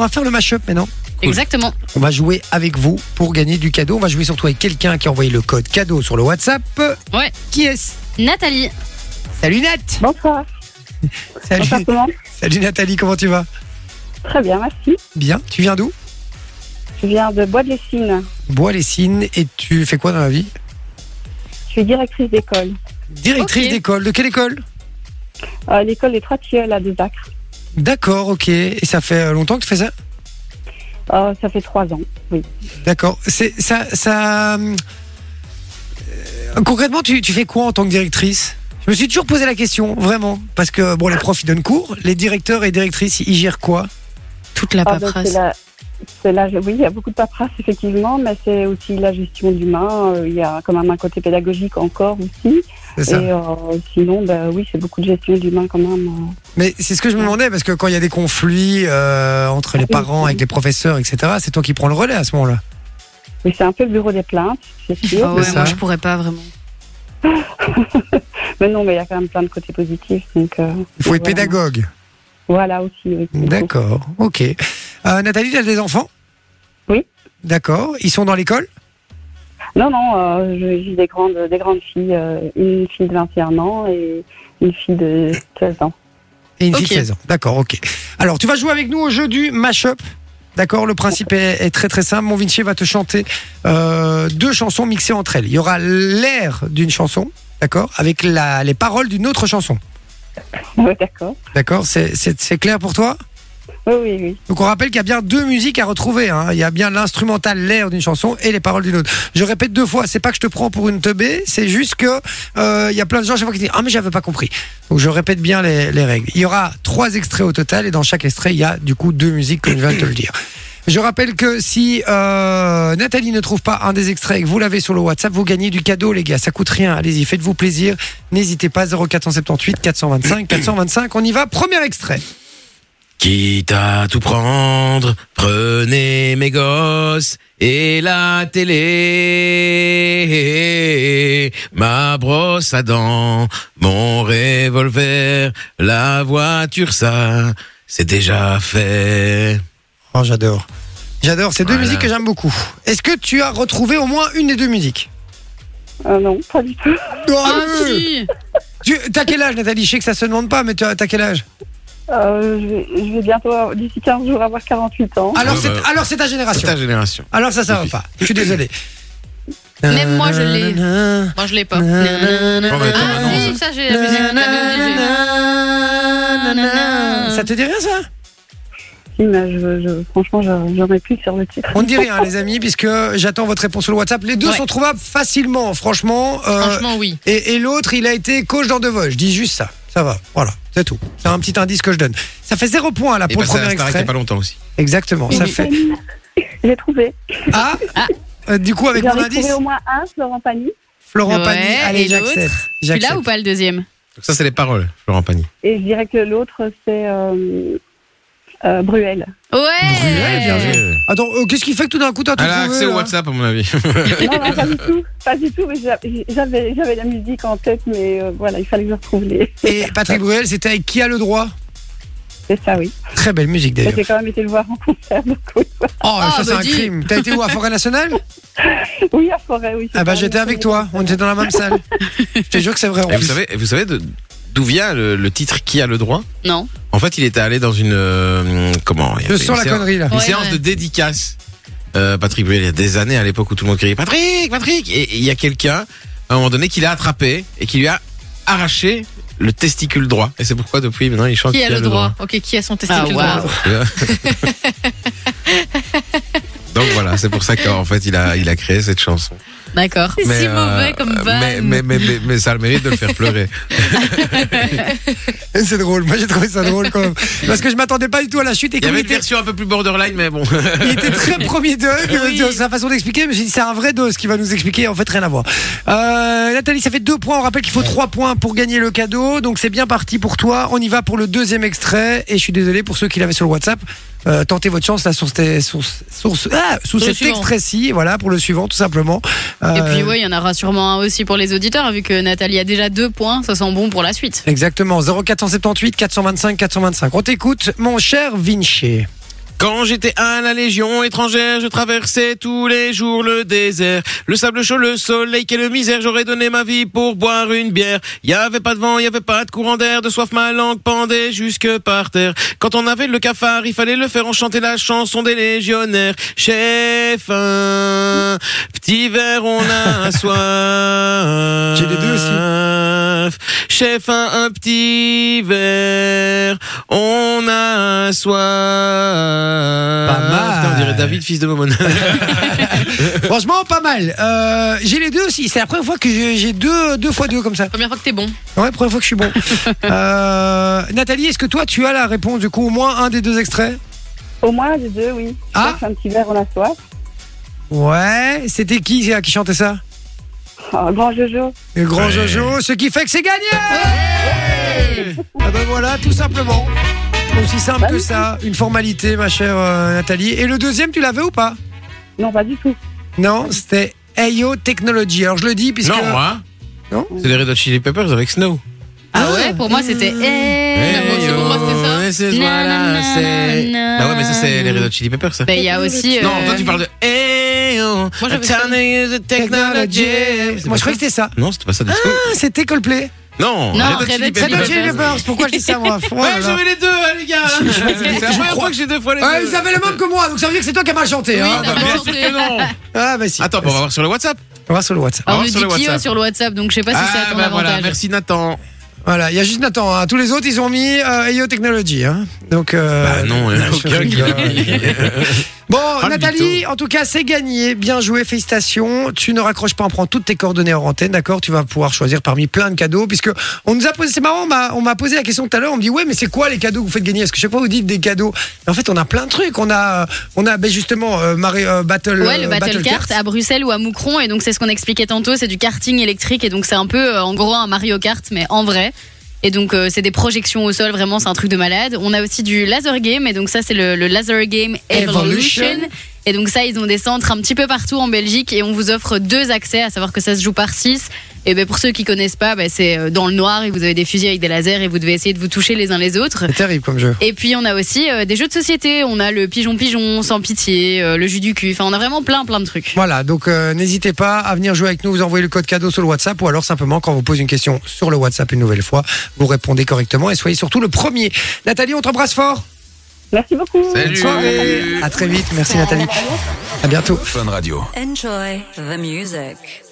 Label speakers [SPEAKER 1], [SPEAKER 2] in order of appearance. [SPEAKER 1] va faire le mashup maintenant.
[SPEAKER 2] Exactement.
[SPEAKER 1] On va jouer avec vous pour gagner du cadeau. On va jouer surtout avec quelqu'un qui a envoyé le code cadeau sur le WhatsApp.
[SPEAKER 2] Ouais.
[SPEAKER 1] Qui est-ce
[SPEAKER 2] Nathalie,
[SPEAKER 1] Salut Nat
[SPEAKER 3] Bonsoir.
[SPEAKER 1] Salut.
[SPEAKER 3] Bonsoir tout le monde.
[SPEAKER 1] Salut Nathalie, comment tu vas
[SPEAKER 3] Très bien, merci.
[SPEAKER 1] Bien. Tu viens d'où
[SPEAKER 3] Je viens de Bois de Lessines.
[SPEAKER 1] Bois les signes et tu fais quoi dans la vie
[SPEAKER 3] Je suis directrice d'école.
[SPEAKER 1] Directrice
[SPEAKER 2] Ok.
[SPEAKER 1] d'école. De quelle école
[SPEAKER 3] Euh, L'école des Trois Tilleuls à Deux Acres.
[SPEAKER 1] D'accord, ok. Et ça fait longtemps que tu fais ça
[SPEAKER 3] Euh, ça fait trois ans.
[SPEAKER 1] D'accord. C'est ça, ça. euh, concrètement, tu, tu fais quoi en tant que directrice Je me suis toujours posé la question, vraiment, parce que bon, les profs ils donnent cours, les directeurs et directrices ils gèrent quoi
[SPEAKER 2] toute la
[SPEAKER 3] Ah, ben, c'est
[SPEAKER 2] paperasse.
[SPEAKER 3] la- c'est la- oui, il y a beaucoup de paperasse, effectivement, mais c'est aussi la gestion d'humains. Euh, Il y a quand même un côté pédagogique encore aussi.
[SPEAKER 1] C'est ça.
[SPEAKER 3] Et euh, sinon, ben, oui, c'est beaucoup de gestion d'humains quand même. euh.
[SPEAKER 1] Mais c'est ce que je me demandais parce que quand il y a des conflits euh, entre les parents avec les professeurs, etc., c'est toi qui prends le relais à ce moment-là.
[SPEAKER 3] Oui, c'est un peu le bureau des plaintes, c'est sûr.
[SPEAKER 2] Ah ouais,
[SPEAKER 1] c'est ça.
[SPEAKER 2] moi je pourrais pas vraiment.
[SPEAKER 3] Mais non, mais il y a quand même plein de côtés positifs. Donc, euh,
[SPEAKER 1] Il faut être
[SPEAKER 3] voilà.
[SPEAKER 1] pédagogue.
[SPEAKER 3] Voilà aussi. oui.
[SPEAKER 1] D'accord. Ok. Euh, Nathalie, tu as des enfants
[SPEAKER 3] Oui.
[SPEAKER 1] D'accord. Ils sont dans l'école
[SPEAKER 3] Non, non, euh, je- j'ai des grandes, des grandes filles, euh, une fille de 21 ans et une fille de 16 ans.
[SPEAKER 1] Et une
[SPEAKER 2] Ok.
[SPEAKER 1] fille de 16 ans. D'accord, ok. Alors, tu vas jouer avec nous au jeu du mashup. D'accord, le principe est, est très très simple. Mon Vinci va te chanter euh, deux chansons mixées entre elles. Il y aura l'air d'une chanson, d'accord, avec la, les paroles d'une autre chanson.
[SPEAKER 3] Ouais, D'accord.
[SPEAKER 1] D'accord, c'est- c'est c'est clair pour toi
[SPEAKER 3] Oui, oui, oui.
[SPEAKER 1] Donc on rappelle qu'il y a bien deux musiques à retrouver. hein. Il y a bien l'instrumental, l'air d'une chanson et les paroles d'une autre. Je répète deux fois, c'est pas que je te prends pour une teubée, c'est juste que euh, il y a plein de gens à chaque fois qui disent ah mais j'avais pas compris. Donc je répète bien les, les règles. Il y aura trois extraits au total et dans chaque extrait il y a du coup deux musiques comme je viens de te le dire. Je rappelle que si euh, Nathalie ne trouve pas un des extraits et que vous l'avez sur le WhatsApp, vous gagnez du cadeau les gars. Ça coûte rien. Allez-y, faites-vous plaisir. N'hésitez pas 0478 425 425. On y va. Premier extrait.
[SPEAKER 4] Quitte à tout prendre, prenez mes gosses et la télé. Ma brosse à dents, mon revolver, la voiture, ça, c'est déjà fait.
[SPEAKER 1] Oh, j'adore. J'adore, c'est deux
[SPEAKER 4] Voilà.
[SPEAKER 1] musiques que j'aime beaucoup. Est-ce que tu as retrouvé au moins une des deux musiques
[SPEAKER 3] Euh, non, pas du tout.
[SPEAKER 2] Ah
[SPEAKER 1] euh,
[SPEAKER 2] si
[SPEAKER 1] tu, T'as quel âge, Nathalie Je sais que ça se demande pas, mais tu as- t'as quel âge
[SPEAKER 3] Euh, je, vais, je vais bientôt, avoir- d'ici 15 jours, avoir 48 ans. Ah,
[SPEAKER 1] Alors,
[SPEAKER 4] Ouais,
[SPEAKER 1] c'est,
[SPEAKER 4] bah,
[SPEAKER 1] alors c'est ta
[SPEAKER 4] C'est
[SPEAKER 1] génération.
[SPEAKER 4] ta génération.
[SPEAKER 1] Alors ça, ça va
[SPEAKER 4] Sophie.
[SPEAKER 1] pas. Je suis désolé.
[SPEAKER 2] Même moi, je l'ai. Moi je l'ai pas.
[SPEAKER 4] Oh, mais attends,
[SPEAKER 2] Ah
[SPEAKER 4] maintenant,
[SPEAKER 2] si, ça j'ai la musique. la mélodie, j'ai-
[SPEAKER 1] Ça te dit rien, ça
[SPEAKER 3] Si, mais je, je- franchement, je- j'en ai plus sur le titre.
[SPEAKER 1] On ne dit rien, les amis, puisque j'attends votre réponse sur le WhatsApp. Les deux
[SPEAKER 2] Ouais.
[SPEAKER 1] sont trouvables facilement, franchement. euh,
[SPEAKER 2] Franchement oui.
[SPEAKER 1] Et, et l'autre, il a été coach dans De Vos. Je dis juste ça. Ça va. Voilà. C'est tout. C'est un petit indice que je donne. Ça fait zéro point là
[SPEAKER 4] Et
[SPEAKER 1] Ah,
[SPEAKER 4] bah,
[SPEAKER 1] pour le
[SPEAKER 4] passé à
[SPEAKER 1] premier
[SPEAKER 4] la Starac il y a
[SPEAKER 1] extrait.
[SPEAKER 4] pas longtemps aussi.
[SPEAKER 1] Exactement. Ça
[SPEAKER 2] Oui.
[SPEAKER 1] fait.
[SPEAKER 3] J'ai trouvé.
[SPEAKER 1] Ah, Euh, Du coup, avec
[SPEAKER 3] J'en
[SPEAKER 1] mon
[SPEAKER 3] ai trouvé
[SPEAKER 1] indice,
[SPEAKER 3] au moins un, Florent Pagny,
[SPEAKER 1] Florent
[SPEAKER 2] Ouais,
[SPEAKER 1] Pagny. Allez,
[SPEAKER 2] et l'autre
[SPEAKER 1] j'accepte.
[SPEAKER 2] Tu l'as
[SPEAKER 1] J'accepte.
[SPEAKER 2] ou pas le deuxième
[SPEAKER 4] Donc ça, c'est les paroles, Florent Pagny.
[SPEAKER 3] et je dirais que l'autre, c'est euh, euh, Bruel.
[SPEAKER 2] Ouais
[SPEAKER 1] Bruel, bien joué. Attends, euh, qu'est-ce qui fait que tout d'un coup t'as tout
[SPEAKER 4] Elle a
[SPEAKER 1] trouvé euh
[SPEAKER 4] accès au
[SPEAKER 1] là
[SPEAKER 4] WhatsApp, à mon avis.
[SPEAKER 3] Non, non, pas du tout. Pas du tout, mais j'a- j'avais j'avais la musique en tête, mais euh, voilà, il fallait que je retrouve les.
[SPEAKER 1] Et Patrick Bruel, c'était avec qui a le droit
[SPEAKER 3] C'est ça, oui.
[SPEAKER 1] Très belle musique
[SPEAKER 3] Mais
[SPEAKER 1] d'ailleurs.
[SPEAKER 3] J'ai quand même été le voir en concert, donc oui.
[SPEAKER 1] Oh,
[SPEAKER 2] Ah,
[SPEAKER 1] ça c'est
[SPEAKER 2] bah
[SPEAKER 1] un
[SPEAKER 2] dis.
[SPEAKER 1] crime. T'as été où à Forêt Nationale
[SPEAKER 3] Oui, à Forêt, oui. c'est
[SPEAKER 1] Ah bah
[SPEAKER 3] ça,
[SPEAKER 1] j'étais
[SPEAKER 3] oui.
[SPEAKER 1] avec toi. On était dans la même salle. Je te jure que c'est vrai. en
[SPEAKER 4] Et vous
[SPEAKER 1] plus.
[SPEAKER 4] savez, vous savez de- d'où vient le, le titre Qui a le droit
[SPEAKER 2] Non.
[SPEAKER 4] En fait, il était allé dans une... euh, comment il y
[SPEAKER 1] Je
[SPEAKER 4] avait une
[SPEAKER 1] sens la
[SPEAKER 4] séance-
[SPEAKER 1] connerie là.
[SPEAKER 4] Une
[SPEAKER 2] Ouais,
[SPEAKER 4] séance
[SPEAKER 2] ouais.
[SPEAKER 4] de dédicace. Euh, Patrick Bruel, il y a des années à l'époque où tout le monde criait Patrick, Patrick Et et il y a quelqu'un, à un moment donné, qui l'a attrapé et qui lui a arraché le testicule droit. Et c'est pourquoi depuis maintenant il chante
[SPEAKER 2] Qui a le droit Ok, qui a son testicule
[SPEAKER 1] Ah,
[SPEAKER 2] droit
[SPEAKER 4] Donc voilà, c'est pour ça qu'en fait il a, il a créé cette chanson.
[SPEAKER 2] D'accord. C'est si
[SPEAKER 4] euh,
[SPEAKER 2] mauvais comme vanne.
[SPEAKER 4] mais, mais, mais, mais- mais ça a le mérite de le faire pleurer.
[SPEAKER 1] Et C'est drôle. Moi j'ai trouvé ça drôle quand même. Parce que je m'attendais pas du tout à la chute et
[SPEAKER 4] Il y
[SPEAKER 1] comme
[SPEAKER 4] avait
[SPEAKER 1] il
[SPEAKER 4] une
[SPEAKER 1] était
[SPEAKER 4] version un peu plus borderline, mais bon.
[SPEAKER 1] Il était très premier d'eux,
[SPEAKER 2] Oui.
[SPEAKER 1] sur sa façon d'expliquer, mais j'ai dit c'est un vrai dos qui va nous expliquer, en fait rien à voir. Euh, Nathalie, ça fait deux points, on rappelle qu'il faut trois points pour gagner le cadeau, donc c'est bien parti pour toi, on y va pour le deuxième extrait, et je suis désolé pour ceux qui l'avaient sur le WhatsApp, Euh, tentez votre chance là sur, ces- sur, sur ce- ah, sous
[SPEAKER 2] Sur le
[SPEAKER 1] cet
[SPEAKER 2] suivant.
[SPEAKER 1] extrait-ci, voilà, pour le suivant tout simplement.
[SPEAKER 2] Et
[SPEAKER 1] Euh,
[SPEAKER 2] puis oui, il y en aura sûrement un aussi pour les auditeurs, vu que Nathalie a déjà deux points, ça sent bon pour la suite.
[SPEAKER 1] Exactement, 0478 425 425. On t'écoute, mon cher Vinci.
[SPEAKER 4] Quand j'étais à la Légion étrangère, je traversais tous les jours le désert. Le sable chaud, le soleil, quelle misère, j'aurais donné ma vie pour boire une bière. Y avait pas de vent, y avait pas de courant d'air, de soif ma langue pendait jusque par terre. Quand on avait le cafard, il fallait le faire enchanter la chanson des légionnaires. Chef, un petit verre, on a soif.
[SPEAKER 1] J'ai les deux aussi.
[SPEAKER 4] Chef, un, un petit verre, on a soif. Pas
[SPEAKER 1] mal.
[SPEAKER 4] on dirait David, fils de Momon.
[SPEAKER 1] Franchement, pas mal. Euh, j'ai les deux aussi. C'est la première fois que j'ai j'ai deux, deux fois deux comme ça.
[SPEAKER 2] Première fois que t'es bon.
[SPEAKER 1] Ouais, première fois que je suis bon. Euh, Nathalie, est-ce que toi, tu as la réponse du coup au moins un des deux extraits
[SPEAKER 3] Au moins les deux, oui.
[SPEAKER 1] Ah.
[SPEAKER 3] Cherche Un petit verre, on a soif.
[SPEAKER 1] Ouais. C'était qui euh, qui chantait ça
[SPEAKER 3] Oh, grand Jojo.
[SPEAKER 1] Le grand
[SPEAKER 4] Ouais.
[SPEAKER 1] Jojo, ce qui fait que c'est gagné Ah ben voilà, tout simplement. Aussi simple que ça, une formalité, ma chère euh, Nathalie. Et le deuxième, tu l'avais ou pas
[SPEAKER 3] Non, pas du tout.
[SPEAKER 1] Non, c'était AO Technology. Alors je le dis puisque.
[SPEAKER 4] Non, moi.
[SPEAKER 1] Non
[SPEAKER 4] C'est les Red Hot Chili Peppers avec Snow.
[SPEAKER 2] Ah ouais, pour moi c'était. Eh, moi aussi, pour moi, c'était ça.
[SPEAKER 4] oh, This is what I say.
[SPEAKER 2] Na, na, na,
[SPEAKER 4] Bah ouais, mais ça, c'est les Red Hot Chili Peppers, ça.
[SPEAKER 2] Bah, il y a aussi.
[SPEAKER 4] Non, toi,
[SPEAKER 2] euh,
[SPEAKER 4] tu parles de. Hey, oh,
[SPEAKER 2] Moi, j'avais ça.
[SPEAKER 4] turning the technology. C'est
[SPEAKER 1] Moi
[SPEAKER 4] pas
[SPEAKER 1] je croyais
[SPEAKER 4] ça
[SPEAKER 1] que c'était ça.
[SPEAKER 4] Non, c'était pas ça du tout.
[SPEAKER 1] Ah, c'était Coldplay.
[SPEAKER 4] Non,
[SPEAKER 2] Non,
[SPEAKER 4] Red Hot Chili
[SPEAKER 2] Red Hot
[SPEAKER 1] Ah, Red Hot Chili
[SPEAKER 4] Peppers.
[SPEAKER 1] Peppers, pourquoi je dis ça moi Oh là
[SPEAKER 4] Ouais,
[SPEAKER 1] là.
[SPEAKER 4] j'avais les deux, hein, les gars. C'est la première fois que j'ai deux fois les
[SPEAKER 1] Ah,
[SPEAKER 4] deux.
[SPEAKER 1] ils avaient le même que moi, donc ça veut dire que c'est toi qui as mal chanté.
[SPEAKER 2] Oui,
[SPEAKER 1] hein.
[SPEAKER 2] t'as
[SPEAKER 4] bah,
[SPEAKER 2] mal
[SPEAKER 4] bien
[SPEAKER 2] chanté.
[SPEAKER 4] sûr que non.
[SPEAKER 1] Ah bah si.
[SPEAKER 4] Attends, bah, on va voir sur le WhatsApp.
[SPEAKER 1] On va sur le WhatsApp.
[SPEAKER 2] Ah,
[SPEAKER 4] Ah,
[SPEAKER 2] on nous
[SPEAKER 4] sur
[SPEAKER 2] dit
[SPEAKER 4] le
[SPEAKER 2] Kyo
[SPEAKER 4] WhatsApp.
[SPEAKER 2] sur le WhatsApp, donc je sais pas si c'est à
[SPEAKER 4] Ah,
[SPEAKER 2] ton
[SPEAKER 4] bah voilà,
[SPEAKER 2] avantage.
[SPEAKER 4] merci Nathan.
[SPEAKER 1] Voilà, il y a juste Nathan. hein. Tous les autres, ils ont mis euh, AO Technology. hein. Donc, euh,
[SPEAKER 4] Bah non, il y en a
[SPEAKER 1] je
[SPEAKER 4] aucun qui l'a
[SPEAKER 1] rigole. Bon,
[SPEAKER 4] le
[SPEAKER 1] Nathalie, en tout cas, c'est gagné. Bien joué, félicitations. Tu ne raccroches pas, on prend toutes tes coordonnées en antenne, d'accord Tu vas pouvoir choisir parmi plein de cadeaux, puisque on nous a posé, c'est marrant, on m'a- on m'a posé la question tout à l'heure, on me dit, ouais, mais c'est quoi les cadeaux que vous faites gagner Parce que chaque fois, vous dites des cadeaux. Mais en fait, on a plein de trucs. On a, on a ben, justement euh, Marie- euh, Battle,
[SPEAKER 2] Ouais, le
[SPEAKER 1] euh,
[SPEAKER 2] battle, kart,
[SPEAKER 1] Kart.
[SPEAKER 2] à Bruxelles ou à Moucron, et donc c'est ce qu'on expliquait tantôt, c'est du karting électrique, et donc c'est un peu euh, en gros un Mario Kart, mais en vrai. Et donc euh, c'est des projections au sol, vraiment c'est un truc de malade. On a aussi du laser game, et donc ça c'est le, le laser game Evolution.
[SPEAKER 1] Evolution.
[SPEAKER 2] Et donc ça ils ont des centres un petit peu partout en Belgique, et on vous offre deux accès, à savoir que ça se joue par six. Et ben pour ceux qui connaissent pas, ben, c'est euh, dans le noir, et vous avez des fusils avec des lasers, et vous devez essayer de vous toucher les uns les autres.
[SPEAKER 1] C'est terrible comme jeu.
[SPEAKER 2] Et puis on a aussi euh, des jeux de société, on a le pigeon pigeon sans pitié, euh, le jus du cul, enfin on a vraiment plein plein de trucs.
[SPEAKER 1] Voilà, donc euh, n'hésitez pas à venir jouer avec nous, vous envoyez le code cadeau sur le WhatsApp ou alors simplement quand on vous pose une question sur le WhatsApp une nouvelle fois, vous répondez correctement et soyez surtout le premier. Nathalie, on t'embrasse fort.
[SPEAKER 3] Merci beaucoup.
[SPEAKER 4] Salut.
[SPEAKER 1] Bonne soirée. À très vite, merci Nathalie. À bientôt.
[SPEAKER 5] Fun Radio.
[SPEAKER 6] Enjoy the music.